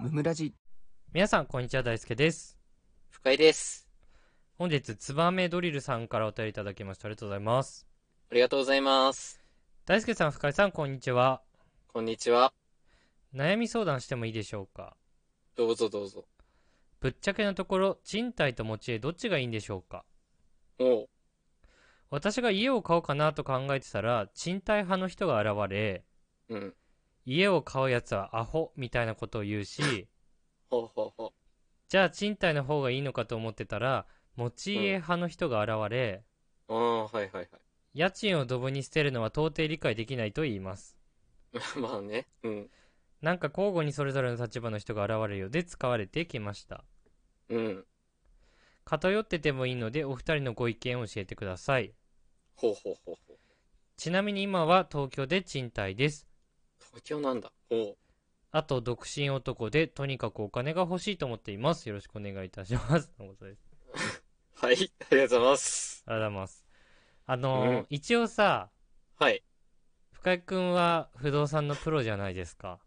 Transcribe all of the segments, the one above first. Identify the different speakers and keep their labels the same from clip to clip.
Speaker 1: ムムラジ
Speaker 2: 皆さんこんにちは大輔です
Speaker 3: 深井です。
Speaker 2: 本日ツバメドリルさんからお便りいただきましてありがとうございます
Speaker 3: ありがとうございます。
Speaker 2: 大輔さん深井さんこんにちは
Speaker 3: こんにちは。
Speaker 2: 悩み相談してもいいでしょうか
Speaker 3: どうぞどうぞ。
Speaker 2: ぶっちゃけのところ賃貸と持ち家どっちがいいんでしょうか
Speaker 3: おう、
Speaker 2: 私が家を買おうかなと考えてたら賃貸派の人が現れ
Speaker 3: うん。
Speaker 2: 家を買うやつはアホみたいなことを言うし
Speaker 3: ほうほうほ
Speaker 2: じゃあ賃貸の方がいいのかと思ってたら持ち家派の人が現れ、
Speaker 3: う。ああー、はいはい は
Speaker 2: 家賃をドブに捨てるのは到底理解できないと言います
Speaker 3: い。まあね。うん。
Speaker 2: なんか交互にそれぞれの立場の人が現れるようで使われてきました
Speaker 3: うん。
Speaker 2: 偏っててもいいのでお二人のご意見を教えてください
Speaker 3: ほうほうほうほう。
Speaker 2: ちなみに今は東京で賃貸です
Speaker 3: 東京なんだ。おう。
Speaker 2: あと独身男でとにかくお金が欲しいと思っていますよろしくお願いいたしますとのことです
Speaker 3: はい。ありがとうございます。
Speaker 2: ありがとうございますあのー
Speaker 3: うん
Speaker 2: 一応さ
Speaker 3: はい。
Speaker 2: 深井君は不動産のプロじゃないですか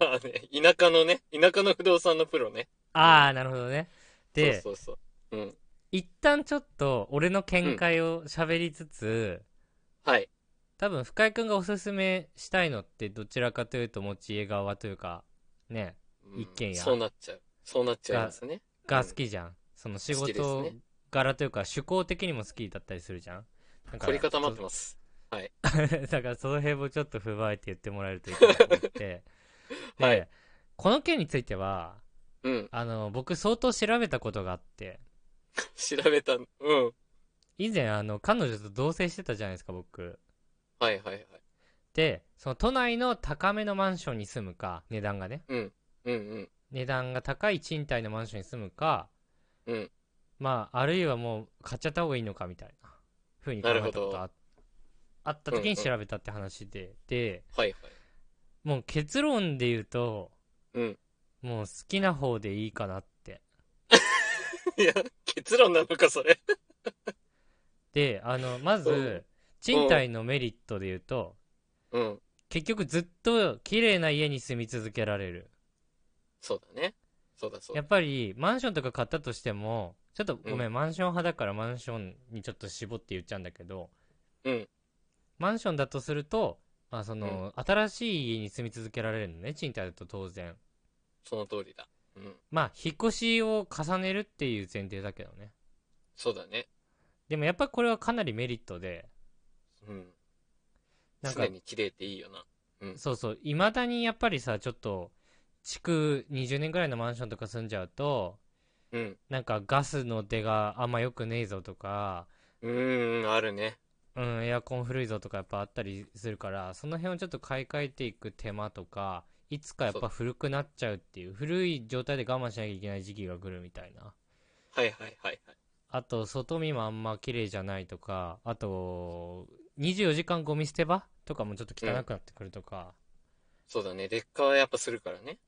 Speaker 3: まあね、田舎のね、田舎の不動産のプロね。
Speaker 2: ああなるほどねで
Speaker 3: そうそうそう。うん。
Speaker 2: 一旦ちょっと俺の見解を喋りつつ、
Speaker 3: はい。
Speaker 2: 多分深井君がおすすめしたいのってどちらかというと持ち家側というかね
Speaker 3: うん
Speaker 2: 一軒家
Speaker 3: そうなっちゃう。そうなっちゃいますね。
Speaker 2: が好きじゃん、その仕
Speaker 3: 好きです
Speaker 2: 事
Speaker 3: ね
Speaker 2: 柄というか趣向的にも好きだったりするじゃんだから
Speaker 3: 凝り固まってます。
Speaker 2: すだからその 辺もちょっと踏まえて言ってもらえるといいかなと思ってで、
Speaker 3: はい
Speaker 2: この件については
Speaker 3: うん。
Speaker 2: あの僕相当調べたことがあって
Speaker 3: 調べた。うん。
Speaker 2: 以前あの彼女と同棲してたじゃないですか僕
Speaker 3: はいはいはい。
Speaker 2: でその都内の高めのマンションに住むか値段がね
Speaker 3: うん。うんうん。
Speaker 2: 値段が高い賃貸のマンションに住むか、
Speaker 3: うん
Speaker 2: まああるいはもう買っちゃった方がいいのかみたいなふうに考えたこと
Speaker 3: な
Speaker 2: ああった時に調べたって話で、で
Speaker 3: はいはい。
Speaker 2: もう結論で言うと、
Speaker 3: うん
Speaker 2: もう好きな方でいいかなって
Speaker 3: いや、結論なのか、それ。
Speaker 2: であのまず、
Speaker 3: うん
Speaker 2: 賃貸のメリットで言うと
Speaker 3: うん。
Speaker 2: 結局ずっと綺麗な家に住み続けられる
Speaker 3: そうだね。そうだそう
Speaker 2: や
Speaker 3: だ
Speaker 2: っ。ぱりマンションとか買ったとしてもちょっとごめん、
Speaker 3: う
Speaker 2: マンション派だからマンションにちょっと絞って言っちゃうんだけど、
Speaker 3: うん
Speaker 2: マンションだとすると、まあその新しい家に住み続けられるのね賃貸だと当然
Speaker 3: その通りだ。うん。
Speaker 2: まあ引っ越しを重ねるっていう前提だけどね
Speaker 3: そうだね。
Speaker 2: でもやっぱりこれはかなりメリットで
Speaker 3: うん。
Speaker 2: なんか
Speaker 3: 常に綺麗っていいよな。
Speaker 2: そうそういまだにやっぱりさちょっと築20年ぐらいのマンションとか住んじゃうと
Speaker 3: うん。
Speaker 2: なんかガスの出があんま良くねえぞとか
Speaker 3: うーん、あるね。
Speaker 2: うん、エアコン古いぞとかやっぱあったりするからその辺をちょっと買い替えていく手間とかいつかやっぱ古くなっちゃうっていう古い状態で我慢しなきゃいけない時期が来るみたいな
Speaker 3: はいはいはいはい。
Speaker 2: あと外見もあんま綺麗じゃないとかあと24時間ゴミ捨て場とかもちょっと汚くなってくるとか、
Speaker 3: そうだね。劣化はやっぱするからね。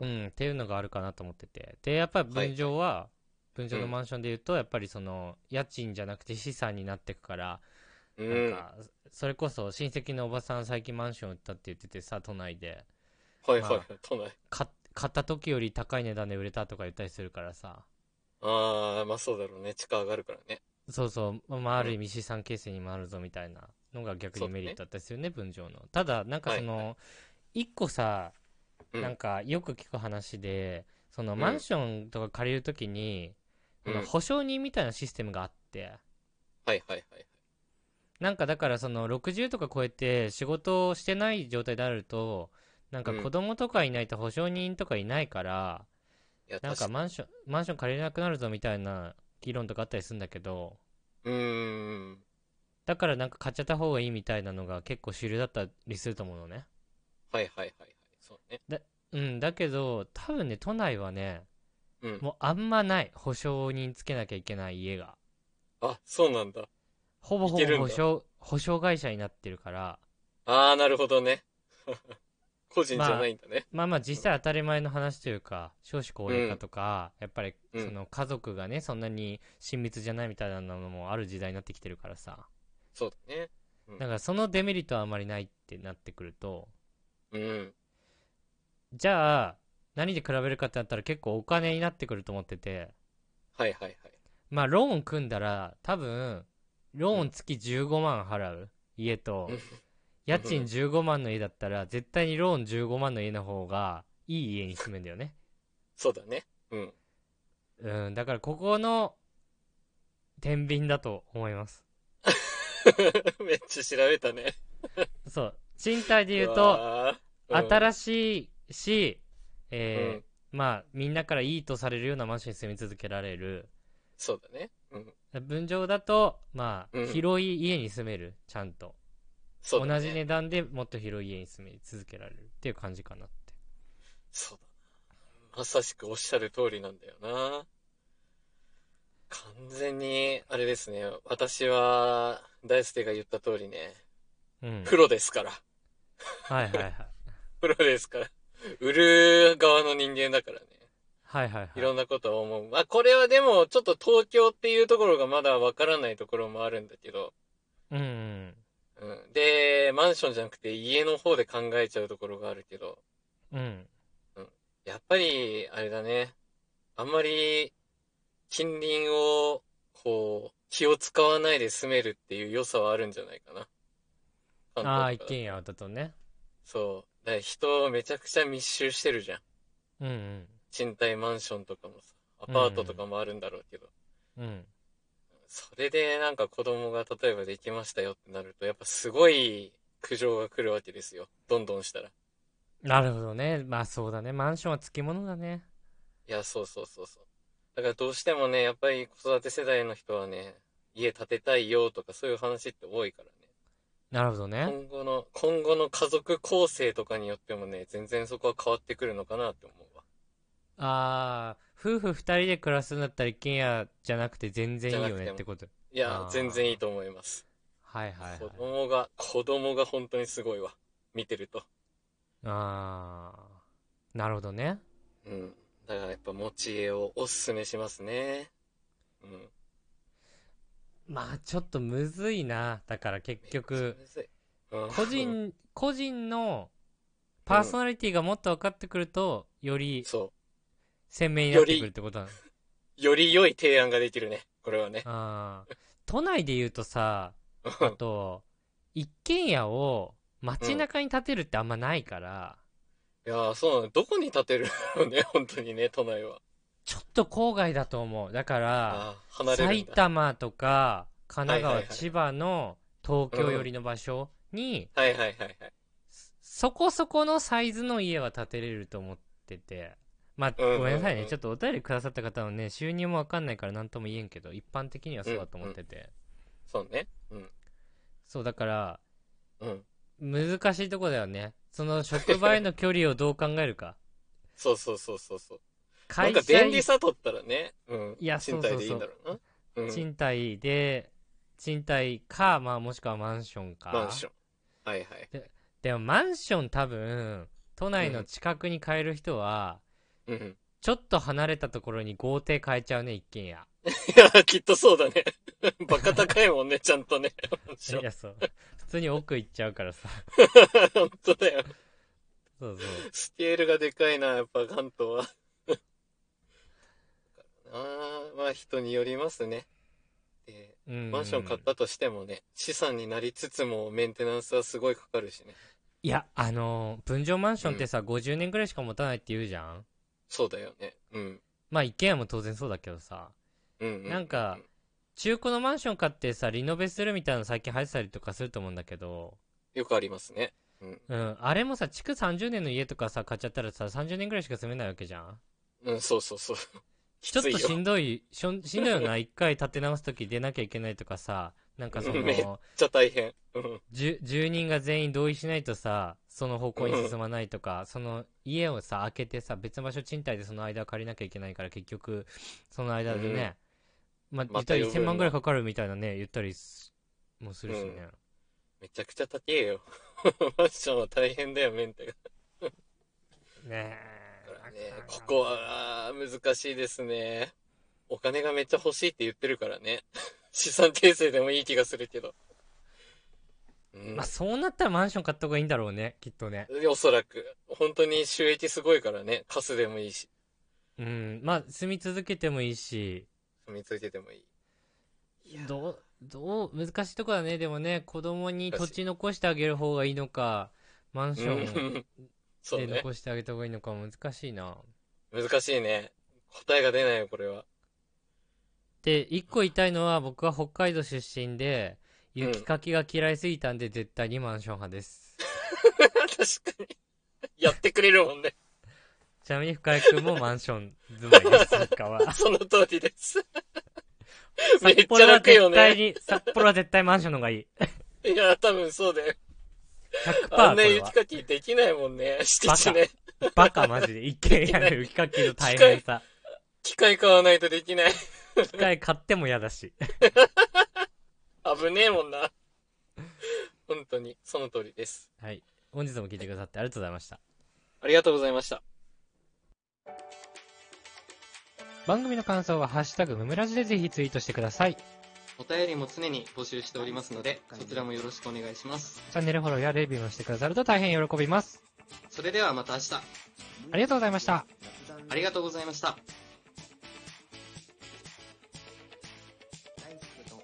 Speaker 2: う
Speaker 3: うんん
Speaker 2: っていうのがあるかなと思っててでやっぱり分譲は、分譲のマンションで言うとやっぱりその家賃じゃなくて資産になってくから
Speaker 3: う
Speaker 2: なん
Speaker 3: ん。
Speaker 2: かそれこそ親戚のおばさん最近マンション売ったって言っててさ都内で
Speaker 3: はいはいはい
Speaker 2: ま。
Speaker 3: 都内。
Speaker 2: か買った時より高い値段で売れたとか言ったりするからさ
Speaker 3: あー、まあそうだろうね。地価上がるからね。
Speaker 2: そうそう、まあ、ある意味資産形成にもなるぞみたいなのが逆にメリットだったりするね分譲のただなんかそ
Speaker 3: はい
Speaker 2: の一個さ
Speaker 3: うん
Speaker 2: なんかよく聞く話でその
Speaker 3: ん
Speaker 2: マンションとか借りる時に
Speaker 3: うん
Speaker 2: その保証人みたいなシステムがあって
Speaker 3: はいはいはい。
Speaker 2: なんかだからその60とか超えて仕事をしてない状態であるとなんか
Speaker 3: うん
Speaker 2: 子供とかいないと保証人とかいないから、
Speaker 3: いや、
Speaker 2: なんか
Speaker 3: 確か
Speaker 2: マンションマンション借りれなくなるぞみたいな議論とかあったりするんだけど
Speaker 3: うーん。
Speaker 2: だからなんか買っちゃった方がいいみたいなのが結構主流だったりすると思うのね
Speaker 3: はいはいはいはい。そうね。
Speaker 2: うんだけど多分ね都内はね
Speaker 3: うん。
Speaker 2: もうあんまない保証人つけなきゃいけない家が
Speaker 3: あ、そうなんだ。
Speaker 2: ほぼほ
Speaker 3: いけ
Speaker 2: ぼ
Speaker 3: るん
Speaker 2: 保
Speaker 3: だ
Speaker 2: 証保証会社になってるから
Speaker 3: あー、なるほどね。 個人じゃないんだね。
Speaker 2: まあまあ実際当たり前の話というか少子高齢化とか、やっぱり
Speaker 3: うん
Speaker 2: その家族がねそんなに親密じゃないみたいなのもある時代になってきてるからさ
Speaker 3: そうだね。
Speaker 2: だからそのデメリットはあまりないってなってくると
Speaker 3: うん。
Speaker 2: じゃあ、何で比べるかってなったら結構お金になってくると思ってて、
Speaker 3: はいはいはい。
Speaker 2: まあローン組んだら多分、ローン月15万払う家と
Speaker 3: うん、
Speaker 2: 家賃15万の家だったら絶対にローン15万の家の方がいい家に住めんだよね。
Speaker 3: そうだね。うん。
Speaker 2: うん、だからここの、天秤だと思います。
Speaker 3: めっちゃ調べたね。
Speaker 2: そう。賃貸で言うと、
Speaker 3: わー、
Speaker 2: 新しいし、
Speaker 3: う
Speaker 2: え
Speaker 3: ん
Speaker 2: ーまあ、みんなからいいとされるようなマンションに住み続けられる。
Speaker 3: そうだね。うん。
Speaker 2: 分譲だと、まあ
Speaker 3: うん、
Speaker 2: 広い家に住める、ちゃんと。
Speaker 3: そうだ
Speaker 2: 同
Speaker 3: ね。
Speaker 2: じ値段でもっと広い家に住み続けられるっていう感じかなって。
Speaker 3: そうだな。まさしくおっしゃる通りなんだよな。完全に、あれですね。私は、大輔が言った通りね、
Speaker 2: うん。
Speaker 3: プロですから。
Speaker 2: はいはいはい。
Speaker 3: プロですから。売る側の人間だからね。
Speaker 2: はいはい
Speaker 3: い
Speaker 2: は
Speaker 3: ろ
Speaker 2: い。
Speaker 3: んなことを思う。まあ、これはでも、ちょっと東京っていうところがまだわからないところもあるんだけど、
Speaker 2: うんうん。
Speaker 3: うん。で、マンションじゃなくて家の方で考えちゃうところがあるけど、
Speaker 2: うん。
Speaker 3: やっぱり、あれだね。あんまり、近隣を、こう、気を使わないで住めるっていう良さはあるんじゃないかな。関東とか
Speaker 2: ああ、一軒家だとね。
Speaker 3: そう。だから人めちゃくちゃ密集してるじゃん。
Speaker 2: うん
Speaker 3: 賃貸マンションとかもさ、アパートとかもあるんだろうけど。
Speaker 2: うん。うん。
Speaker 3: それでなんか子供が例えばできましたよってなると、やっぱすごい苦情が来るわけですよ。どんどんしたら。い
Speaker 2: なるほどね。まあそうだね。マンションは付き物だね。
Speaker 3: や、そうそうそうそう。だからどうしてもね、やっぱり子育て世代の人はね、家建てたいよとかそういう話って多いからね。
Speaker 2: なるほどね。
Speaker 3: 今後の、今後の家族構成とかによってもね、全然そこは変わってくるのかなって思うわ。
Speaker 2: ああ、夫婦二人で暮らすんだったら一軒家じゃなくて全然いいよねってこと。
Speaker 3: いや
Speaker 2: あ、ー
Speaker 3: 全然いいと思います。
Speaker 2: はいはい、はい。
Speaker 3: 子供が、子供が本当にすごいわ。見てると。
Speaker 2: ああ、なるほどね。
Speaker 3: うん。だからやっぱ持ち家をおすすめしますね。うん。
Speaker 2: まあちょっとむずいな。だから結局、
Speaker 3: めっちゃむずい、うん
Speaker 2: 個、人、個人のパーソナリティがもっと分かってくると、より
Speaker 3: そ
Speaker 2: 鮮明になってくるってことなの。
Speaker 3: う。より良い提案ができるね。これ はね。
Speaker 2: ああ、都内で言うとさ、
Speaker 3: う
Speaker 2: あ
Speaker 3: ん
Speaker 2: と、一軒家を街中に建てるってあんまないから、
Speaker 3: いやー、そうなの。どこに建てるのね、 本当にね、都内は。
Speaker 2: ちょっと郊外だと思う。だから、
Speaker 3: あー離れる
Speaker 2: 埼
Speaker 3: んだ。
Speaker 2: 玉とか神奈川、
Speaker 3: はいはいはい
Speaker 2: 千葉の東京寄りの場所に、
Speaker 3: はいはいはいはい。
Speaker 2: そこそこのサイズの家は建てれると思っててまあ、
Speaker 3: うんうんうん
Speaker 2: ごめんなさいねちょっとお便りくださった方のね収入もわかんないから何とも言えんけど一般的にはそうだと思ってて、
Speaker 3: そうね。うん。
Speaker 2: そうだから
Speaker 3: うん。
Speaker 2: 難しいとこだよねその職場への距離をどう考えるか
Speaker 3: そうそうそうそうそう。 な
Speaker 2: 会
Speaker 3: んか
Speaker 2: 社
Speaker 3: 便利さ取ったらね。うん。
Speaker 2: いや
Speaker 3: 賃貸でいいんだろうな。うん。
Speaker 2: 賃貸で賃貸か、まあもしくはマンションか
Speaker 3: マンション。はいはい。
Speaker 2: でもマンション多分都内の近くに買える人は、
Speaker 3: うん。
Speaker 2: ちょっと離れたところに豪邸買えちゃうね一軒家
Speaker 3: いやー、きっとそうだね。 バカ高いもんね、ちゃんとね。マンショ
Speaker 2: いやそう普通に奥行っちゃうからさ
Speaker 3: ン 本当だよ。
Speaker 2: そうそう
Speaker 3: スケールがでかいな、やっぱ関東は。 あーまあ人によりますね。で
Speaker 2: うん
Speaker 3: マンション買ったとしてもね、資産になりつつもメンテナンスはすごいかかるしね。
Speaker 2: いやあのー分譲マンションってさ、50年ぐらいしか持たないって言うじゃん
Speaker 3: そうだよね。うん。
Speaker 2: まあ一軒家も当然そうだけどさ
Speaker 3: うん、うん。
Speaker 2: なんか中古のマンション買ってさリノベするみたいなの最近流行ってたりとかすると思うんだけど
Speaker 3: よくありますね。うん。
Speaker 2: うんあれもさ築30年の家とかさ買っちゃったらさ30年ぐらいしか住めないわけじゃん
Speaker 3: うん、そうそう そう。き
Speaker 2: ちょっ
Speaker 3: つ
Speaker 2: と
Speaker 3: いよ。
Speaker 2: しんどい、しょんしんどいよな、一回立て直すとき出なきゃいけないとかさ、なんかそ
Speaker 3: めっ
Speaker 2: の、
Speaker 3: ちゃ大変。うん。
Speaker 2: 住住人が全員同意しないとさ、その方向に進まないとか、その家をさ、開けてさ、別の場所賃貸でその間借りなきゃいけないから、結局、その間でね、まあ、言
Speaker 3: ま
Speaker 2: った
Speaker 3: た
Speaker 2: ら
Speaker 3: 余分
Speaker 2: 1000
Speaker 3: な
Speaker 2: 万ぐらいかかるみたいなね、言ったりすもするしね。
Speaker 3: めちゃくちゃ高えよ。 マンションは大変だよ、メンテが。
Speaker 2: ね
Speaker 3: ね
Speaker 2: え。
Speaker 3: ここは難しいですね。お金がめっ ちゃ欲しいって言ってるからね。資産形成でもいい気がするけど。うん
Speaker 2: まあ、そうなったらマンション買った方がいいんだろうね、きっとね。
Speaker 3: おそらく、本当に収益すごいからね、貸すでもいいし、
Speaker 2: うん。まあ、住み続けてもいいし、
Speaker 3: 住みついててもいい。
Speaker 2: どう、どう、難しいとこだね。でもね、子供に
Speaker 3: 難
Speaker 2: 土
Speaker 3: しい
Speaker 2: 地残してあげる方がいいのか、マンシ
Speaker 3: う
Speaker 2: ョン
Speaker 3: ん。そう
Speaker 2: で
Speaker 3: ね。
Speaker 2: 残してあげた方がいいのか難しいな。
Speaker 3: 難しいね。答えが出ないよ、これは。
Speaker 2: で、一個言いたいのは、僕は北海道出身で、
Speaker 3: うん
Speaker 2: 雪かきが嫌いすぎたんで、絶対にマンション派です。
Speaker 3: 確かに。やってくれるもんね。
Speaker 2: ちなみに深井君もマンション住まいです、実家は。
Speaker 3: その通りです。 め っ
Speaker 2: 札
Speaker 3: ちゃ
Speaker 2: 幌は
Speaker 3: 楽よ
Speaker 2: 絶対
Speaker 3: ね。
Speaker 2: に、札幌は絶対マンションの方がいい。
Speaker 3: いや、多分そうだよ。
Speaker 2: 100%
Speaker 3: あん
Speaker 2: こ
Speaker 3: な
Speaker 2: れ
Speaker 3: 雪
Speaker 2: は。
Speaker 3: かきできないもんね。敷地ね。
Speaker 2: バカマジで。一軒家の雪かきの大変 さ。
Speaker 3: 機械買わないとできない。
Speaker 2: 機械買っても嫌だし。
Speaker 3: 危ねえもんな。本当に、その通りです。
Speaker 2: はい。本日も聞いてくださってありがとうございました。
Speaker 3: ありがとうございました。
Speaker 2: 番組の感想は、ハッシュタグムムラジでぜひツイートしてください。チ
Speaker 3: お便りも常に募集しておりますので、そちらもよろしくお願いします。
Speaker 2: ャンネルフォローやレビューもしてくださると大変喜びます。
Speaker 3: それではまた明日、
Speaker 2: ありがとうございました。
Speaker 3: ありがとうございました。
Speaker 1: 大輔と二人の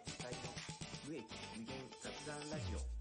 Speaker 1: 無益無限雑談ラジオ